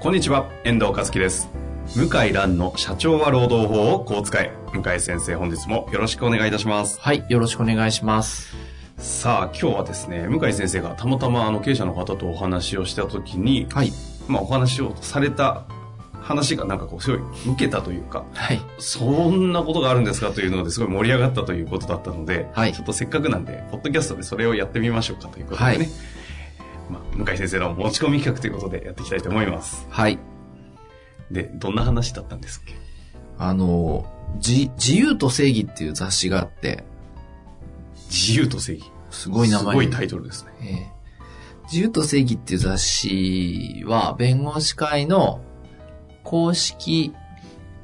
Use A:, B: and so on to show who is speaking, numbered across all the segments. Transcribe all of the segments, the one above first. A: こんにちは、遠藤和樹です。向井蘭の社長は労働法をこう使え。向井先生、本日もよろしくお願いいたします。
B: はい、よろしくお願いします。
A: さあ、今日はですね、向井先生がたまたまあの経営者の方とお話をした時に、
B: はい。
A: まあお話をされた話がなんかこう、すごい受けたというか、
B: はい。
A: そんなことがあるんですかというのですごい盛り上がったということだったので、
B: はい
A: ちょっとせっかくなんで、ポッドキャストでそれをやってみましょうかということでね、
B: はい
A: まあ、向井先生の持ち込み企画ということでやっていきたいと思います。
B: はい。
A: で、どんな話だったんですっけ
B: あの、じ、自由と正義っていう雑誌があって、
A: 自由と正義。
B: すごい名前。
A: すごいタイトルですね。
B: えー自由と正義っていう雑誌は、弁護士会の公式、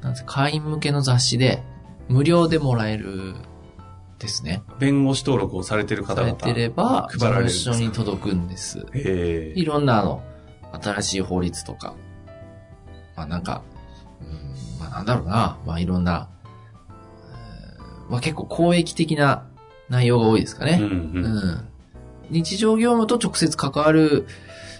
B: なんです会員向けの雑誌で、無料でもらえる、ですね。
A: 弁護士登録をされてる方
B: され
A: 々。
B: てれば、
A: 配
B: 事
A: られるん
B: 務
A: ですか
B: 所に届くんです。
A: え
B: いろんなあの、新しい法律とか、まあなんか、うんまあなんだろうな、まあいろんな、うんまあ結構公益的な内容が多いですか
A: え
B: ね。
A: うん
B: う。
A: うん ん
B: 日常業務と直接関わる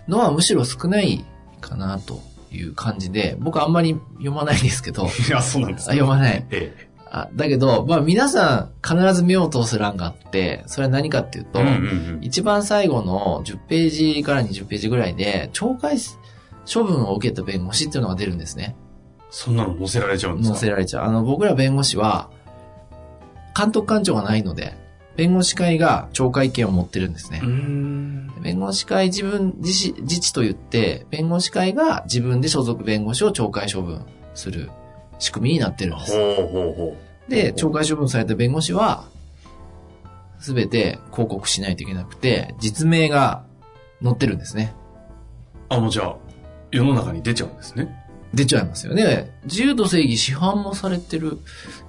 B: のはむしろ少ないかなという感じで、僕はあんまり読まないですけど、あ
A: いや、 そうなんですね。
B: 読まない。
A: ええ
B: あだけど、まあ皆さん必ず目を通す欄があって、それは何かっていうと、
A: うんうん
B: 一番最後の10ページから20ページぐらいで、懲戒処分を受けた弁護士っていうのが出るんですね。
A: そんなの載せられちゃうんです
B: 載
A: か
B: せられちゃう。あの、僕ら弁護士は、監督官庁がないので、弁護士会が懲戒権を持ってるんですね
A: うー。ん。
B: 弁護士会自分自治自治と言って、弁護士会が自分で所属弁護士を懲戒処分する仕組みになってるんで
A: ほう
B: す。
A: ほうほ
B: で、懲戒処分された弁護士は、すべて広告しないといけなくて、実名が載ってるんですね。
A: う。あ、もうじゃあ、世の中に出ちゃうんですね。
B: 出ちゃいますよね。自由と正義市販もされてる。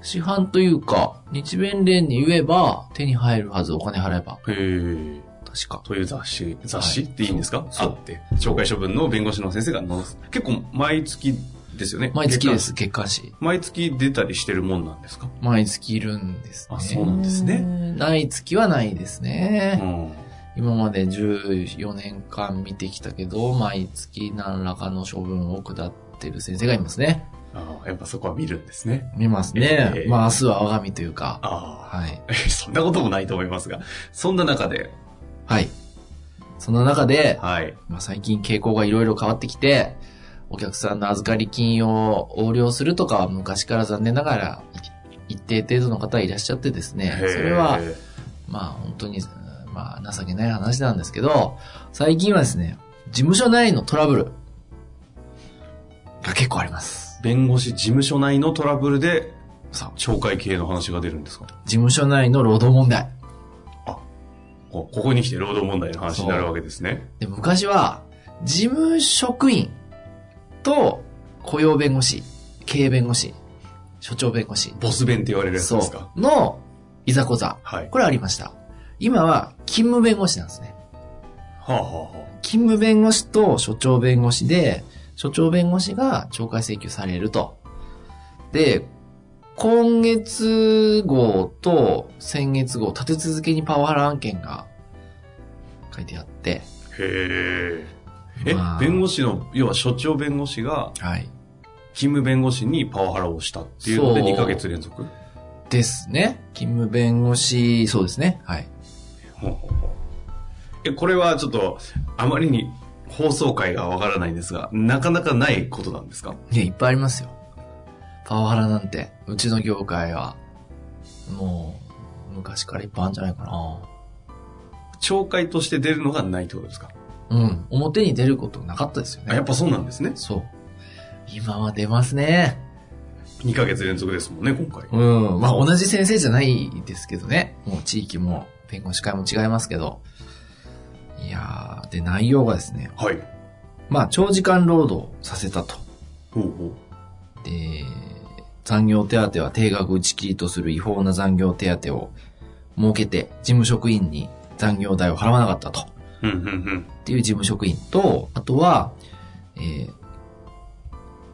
B: 市販というか、日弁連に言えば手に入るはず、お金払えば。
A: へえ。
B: 確か。
A: という雑誌、雑誌
B: は
A: っ
B: い
A: ていいんですか
B: そ
A: あ
B: う
A: って。懲戒処分の弁護士の先生が載す。結構毎月ですよね。
B: 毎月で。す、月刊誌。
A: 毎月出たりしてるもんなんですか
B: 毎月いるんですね。
A: あそうなんですね
B: ない月はないです
A: う
B: ね。
A: ん。
B: 今まで14年間見てきたけど、毎月何らかの処分を下ってる先生がいますね。
A: ああ、やっぱそこは見るんですね。
B: 見ますね。
A: ええ
B: まあ明日は我が身というか。
A: あ
B: はい。
A: あ、そんなこともないと思いますが。そんな中で、
B: はい。その中で、
A: はい。
B: まあ、最近傾向がいろいろ変わってきて、お客さんの預かり金を横領するとかは昔から残念ながら一定程度の方いらっしゃってですね、それは
A: へえ
B: まあ本当に、うんまあ情けない話なんですけど、最近はですね、事務所内のトラブルが結構あります。
A: 弁護士事務所内のトラブルで
B: そう。
A: 懲戒系の話が出るんですか
B: 事務所内の労働問題。
A: こここに来て労働問題の話になるわけですね。
B: で昔は、事務職員と雇用弁護士、経営弁護士、所長弁護士、
A: ボス弁って言われるやつ
B: そ
A: ですか
B: う。の、いざこざ。
A: はい。
B: これありました。今は、勤務弁護士なんですね。
A: はあ、はあは
B: 勤務弁護士と所長弁護士で、所長弁護士が懲戒請求されると。で、今月号と先月号、立て続けにパワハラ案件が書いてあって、
A: あ、へえ。え、
B: まあ
A: 弁護士の、要は所長弁護士が、
B: はい。
A: 勤務弁護士にパワハラをしたっていうので
B: そう
A: 2ヶ月連続。は
B: ですね。勤務弁護士、そうですね。はい。
A: あはあはあえ、これはちょっと、あまりに放送回がわからないんですが、なかなかないことなんですか
B: いや、いっぱいありますよ。パワハラなんて、うちの業界は、もう、昔からいっぱいあるんじゃないかな。
A: 懲戒として出るのがないってことですか
B: うん。表に出ることなかったですよ
A: あ
B: ね。
A: やっぱそうなんですね。
B: そう。今は出ますね。
A: 2ヶ月連続ですもんね、今回。
B: うん。まあ、同じ先生じゃないですけどね。もう地域も、弁護士会も違いますけど。いやー、で、内容がですね、
A: はい。
B: まあ、長時間労働させたと。
A: ほうほ
B: で、残業手当は定額打ち切りとする違法な残業手当を設けて、事務職員に残業代を払わなかったと。
A: う。うん、うん、
B: っていう事務職員と、あとは、えー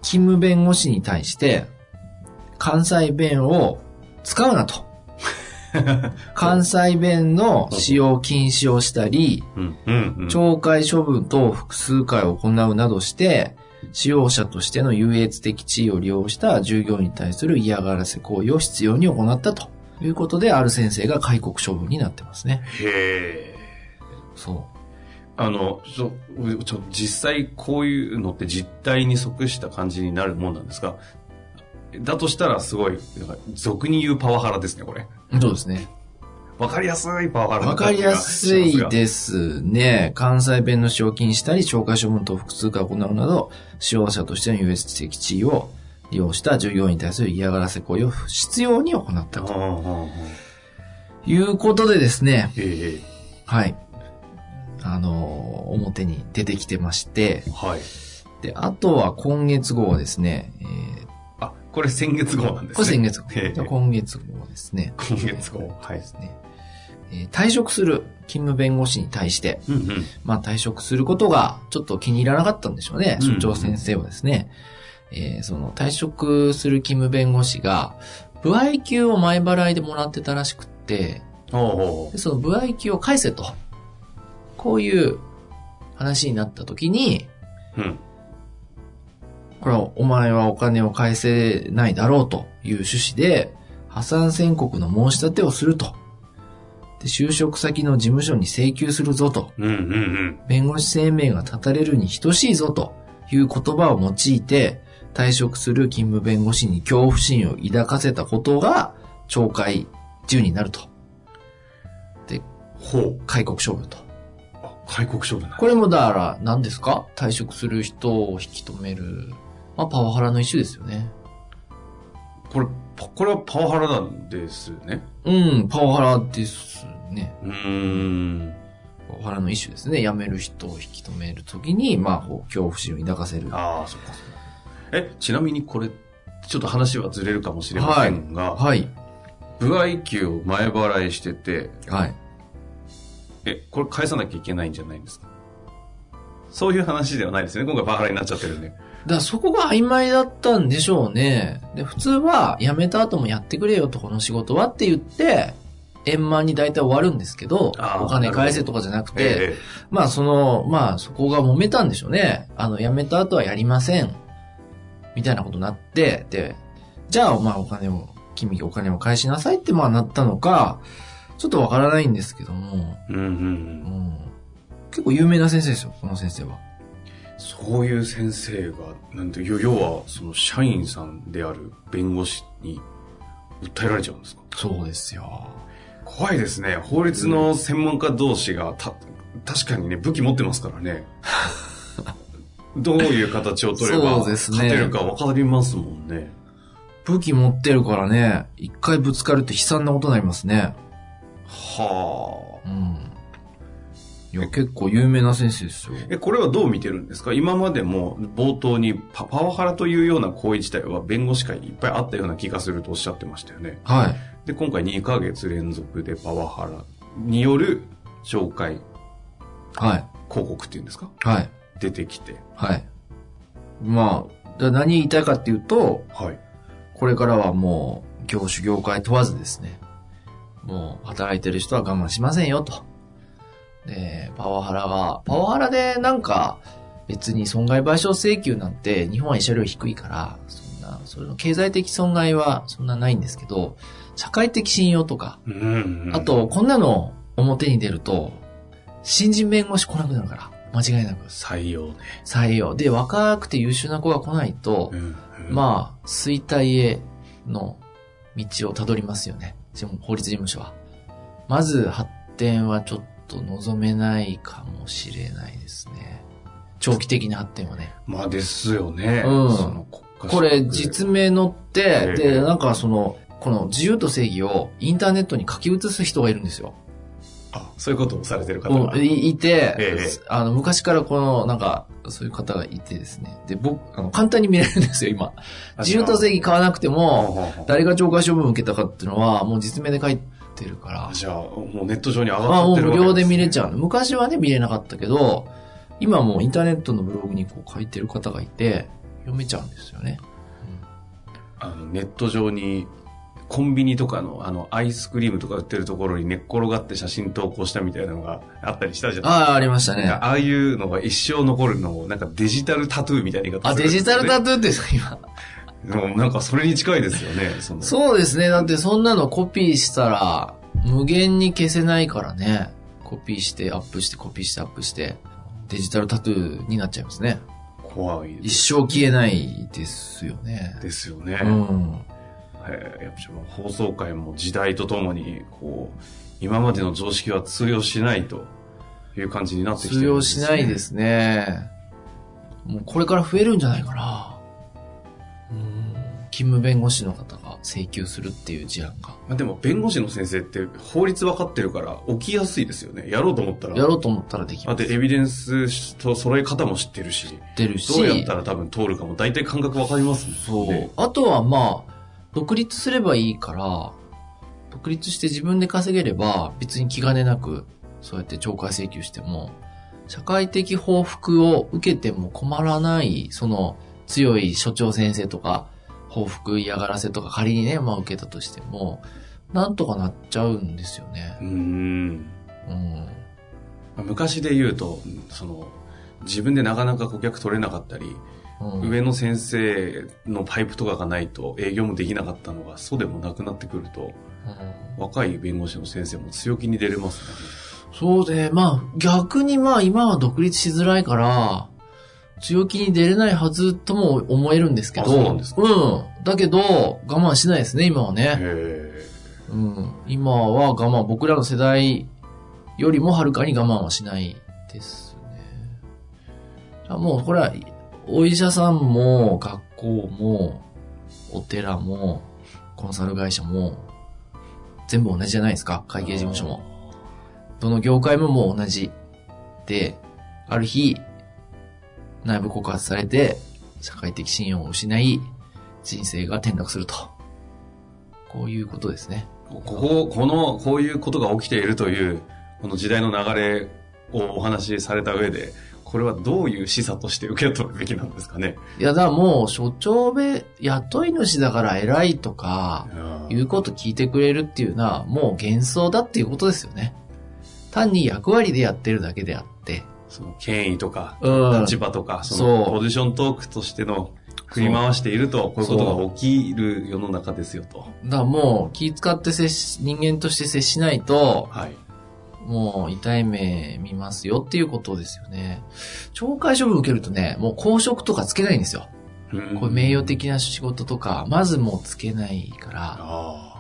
B: 勤務弁護士に対して、関西弁を使うなと。関西弁の使用禁止をしたり、
A: うん。うん、うん、うん。
B: 懲戒処分等複数回行うなどして、使用者としての優越的地位を利用した従業員に対する嫌がらせ行為を必要に行ったということで、ある先生が戒告処分になってますね。
A: へえ。
B: そ
A: あの、ちょ、ちょ、実際こういうのって実態に即した感じになるもんなんですかだとしたらすごい、なんか俗に言うパワハラですね、これ。
B: う。そうですね。
A: わかりやすいパワハラな
B: わか
A: 感
B: り
A: じが
B: や
A: します
B: す
A: が
B: いですね。関西弁の使用禁止したり、懲戒処分等複数回行うなど、使用者としての優越的地位を利用した従業員に対する嫌がらせ行為を必要に行った
A: うん
B: と
A: うんうん
B: いうことでですね、
A: え
B: はい。あの、表に出てきてまして
A: え、はい。
B: で、あとは今月号はですね、えー
A: あ、これ先月号なんですね。
B: これ先月号。
A: ええ
B: 今月号ですね。
A: 今月号はい
B: ですね。えー退職する勤務弁護士に対して、
A: うんうん。
B: まあ退職することがちょっと気に入らなかったんでしょうね、
A: うん
B: 所長先生はですね。えーその退職する勤務弁護士が、部合給を前払いでもらってたらしくって、
A: おうおう
B: でその部合給を返せと。こういう話になった時に、
A: うん。
B: これはお前はお金を返せないだろうという趣旨で、破産宣告の申し立てをすると。で就職先の事務所に請求するぞと。
A: うんうんうん。
B: 弁護士生命が絶たれるに等しいぞという言葉を用いて、退職する勤務弁護士に恐怖心を抱かせたことが、懲戒10になると。
A: ほう。
B: 戒告処分と。
A: あ、開国処分だ。
B: これもだから、何ですか退職する人を引き止める。まあ、パワハラの一種ですよね。
A: これ、パこれはパワハラなんですね。
B: うん、パワハラですね。
A: うーん。
B: パワハラの一種ですね。辞める人を引き止めるときに、まあ、こう恐怖心を抱かせる。は
A: ああ、そっかそっか。え、ちなみにこれ、ちょっと話はずれるかもしれませんが、
B: い。
A: 部合給を前払いしてて、
B: はい。
A: え、これ返さなきゃいけないんじゃないんですかそういう話ではないですよね。今回パワハラになっちゃってるんで。
B: だからそこが曖昧だったんでしょうね。で、普通は辞めた後もやってくれよとこの仕事はって言って、円満に大体終わるんですけど
A: あ、ー
B: お金返せとかじゃなくて、
A: え
B: まあその、まあそこが揉めたんでしょうね。あの、辞めた後はやりません。みたいなことになって、で、じゃあまあお金を、君お金を返しなさいってまあなったのか、ちょっとわからないんですけども、
A: えうんうんうん
B: う。ん結構有名な先生ですよ、この先生は。
A: そういう先生が、なんて、要要は、その社員さんである弁護士に訴えられちゃうんですか
B: そうですよ。
A: 怖いですね。法律の専門家同士が、た、確かにね、武器持ってますから ね。どういう形を取れば、
B: そうです
A: 勝
B: ね
A: てるか分かりますもんね。
B: 武器持ってるからね、一回ぶつかると悲惨なことになりますね。
A: はあ。
B: うん。いや、結構有名な先生ですよ。
A: え、これはどう見てるんですか今までも冒頭にパパワハラというような行為自体は弁護士会にいっぱいあったような気がするとおっしゃってましたよね。
B: はい。
A: で、今回2ヶ月連続でパワハラによる紹介
B: はい。
A: 広告っていうんですか
B: はい。
A: 出てきて。
B: はい。まあ、だから何言いたいかっていうと、
A: はい。
B: これからはもう、業種業界問わずですね。もう、働いてる人は我慢しませんよ、と。で、パワハラが、パワハラでなんか、別に損害賠償請求なんて、日本は慰謝料低いから、そんな、それの経済的損害はそんなないんですけど、社会的信用とか、
A: うん
B: あ、と、こんなの表に出ると、新人弁護士来なくなるから、間違いなく。
A: 採用ね。
B: 採用。で、若くて優秀な子が来ないと、
A: あ、
B: まあ、衰退への道をたどりますよね。でも法律事務所は。まず発展はちょっと望めないかもしれないですね。長期的な発展はね。
A: まあですよね。
B: うん
A: その国家
B: これ
A: 資格
B: 実名載って、
A: ええ
B: で、なんかその、この自由と正義をインターネットに書き写す人がいるんですよ。
A: あ、そういうことをされてる方が。
B: うんいいて、
A: ええ
B: あの、昔からこの、なんか、そういう方がいてですね。で、僕、あの、簡単に見れるんですよ、今。自由と正義買わなくて
A: あ
B: も、
A: ほうほう
B: 誰が懲戒処分受けたかっていうのは、もう実名で書いてるから
A: あ、じゃあ、もうネット上に上
B: ま
A: が
B: あ
A: っちゃっ
B: もう
A: てる
B: 無
A: わけ
B: 料で見れ
A: ゃ
B: ちゃうの。昔はね、見れなかったけど、今はもうインターネットのブログにこう書いてる方がいて、読めちゃうんですよね。
A: あのネット上に、コンビニとかの、あの、アイスクリームとか売ってるところに寝っ転がって写真投稿したみたいなのがあったりしたじゃない
B: ああ、ありました
A: なんか
B: ね。
A: ああいうのが一生残るのを、なんかデジタルタトゥーみたいな言い方
B: あ、デジタル
A: タ
B: タトゥーってさ、今。
A: トゥーなんかそれに近いですよね。その
B: そうですね。だってそんなのコピーしたら、無限に消せないからね。コピーして、アップして、コピーして、アップして。デジタルタトゥーになっちゃいますね。
A: 怖い
B: 一生消えないですよね。
A: ですよね。
B: うん。
A: えーやっぱりもう放送回も時代とともに、こう、今までの常識は通用しないという感じになってきてるん。
B: 通用しないですすね。もうこれから増えるんじゃないかな。うん勤務弁護士の方が請求するっていう事案が。
A: まあ、でも弁護士の先生って法律分かってるから起きやすいですよね。やろうと思ったら。
B: やろうと思ったらでき
A: だ
B: ま
A: っ
B: す。
A: てエビデンスと揃え方も知ってるし、
B: 出るし。
A: どうやったら多分通るかも大体感覚わかりますもん
B: そう、
A: ね。
B: あとはまあ、独立すればいいから、独立して自分で稼げれば、別に気兼ねなく、そうやって懲戒請求しても、社会的報復を受けても困らない、その強い所長先生とか、報復嫌がらせとか仮にね、まあ受けたとしても、なんとかなっちゃうんですよね
A: う。ーん。
B: うん。
A: 昔で言うと、その、自分でなかなか顧客取れなかったり、
B: うん、
A: 上の先生のパイプとかがないと営業もできなかったのがそうでもなくなってくると
B: うん
A: 若い弁護士の先生も強気に出れます
B: そうで、まあ逆にまあ今は独立しづらいから、強気に出れないはずとも思えるんですけど。
A: あそうなんですか
B: うんだけど、我慢しないですね、今は
A: ね。
B: ね。
A: へ
B: うん。今は我慢、僕らの世代よりもはるかに我慢はしないですね。あもうこれは、お医者さんも、学校も、お寺も、コンサル会社も、全部同じじゃないですか、会計事務所も。どの業界ももう同じ。で、ある日、内部告発されて、社会的信用を失い、人生が転落すると。こういうことですね。
A: こここのこういうことが起きているというこの時代の流れをお話しされた上でこれはどういう示唆として受け取るべきなんですかね
B: いや、だからもう、所長べ、雇い主だから偉いとか、言うこと聞いてくれるっていうのは、もう幻想だっていうことですよね。単に役割でやってるだけであって。
A: その権威とか
B: うん
A: 立場とかその
B: そう
A: ポジショントークとしての振り回しているとこういうことが起きる世の中ですよと。
B: だからもう、気使って接し、人間として接しないと、
A: はい
B: もう痛い目見ますよっていうことですよね。懲戒処分受けるとね、もう公職とかつけないんですよ。
A: うん
B: こういう名誉的な仕事とか、まずもうつけないから。
A: あ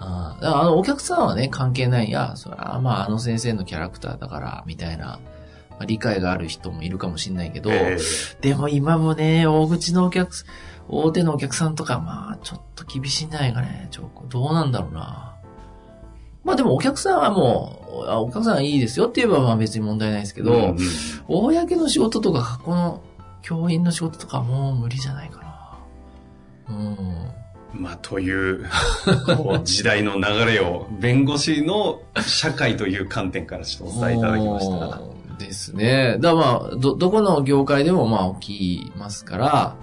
B: あだからあの、お客さんはね、関係ない。いや、それはまあ、あの先生のキャラクターだから、みたいな、まあ理解がある人もいるかもしれないけ
A: あ
B: ど、
A: ええ
B: でも今もね、大口のお客さん、大手のお客さんとか、まあ、ちょっと厳しいんじゃないかね。ちょどうなんだろうな。まあでもお客さんはもう、あお客さんはいいですよって言えばまあ別に問題ないですけど、
A: うん
B: 公の仕事とか学校の教員の仕事とかはもう無理じゃないかな。うん。
A: まあ、という、こ う時代の流れを、弁護士の社会という観点からちょっとお伝えいただきましたが。
B: うんですね。だからまあ、ど、どこの業界でもまあ起きますから、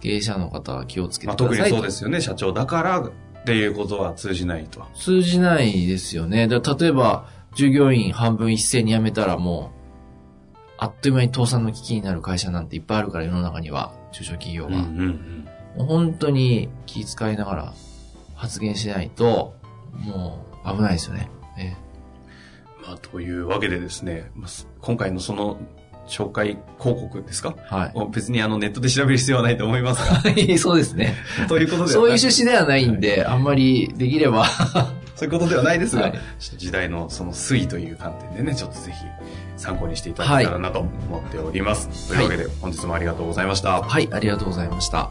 B: 経営者の方は気をつけ
A: まあ、
B: て
A: 特
B: くださ
A: に
B: いと。
A: そうですよね、社長だからっていうことは通じないと。
B: 通じないですよね。だ例えば、従業員半分一斉に辞めたらもう、あっという間に倒産の危機になる会社なんていっぱいあるから、世の中には、中小企業は。も
A: ん
B: う本当に気遣いながら発言しないと、もう危ないですよね。ね
A: まあ、というわけでですね、まあす今回のその紹介広告ですか
B: は
A: 別にあのネットで調べる必要はないと思います が、
B: い。そうですね。
A: ということではなく
B: そういう趣旨ではないんで、あんまりできれば。
A: そういうことではないですが、
B: はい
A: ちょっと時代のその推移という観点でね、ちょっとぜひ参考にしていただけたらなと思っております。
B: はい
A: というわけで、本日もありがとうございました。
B: はい、ありがとうございました。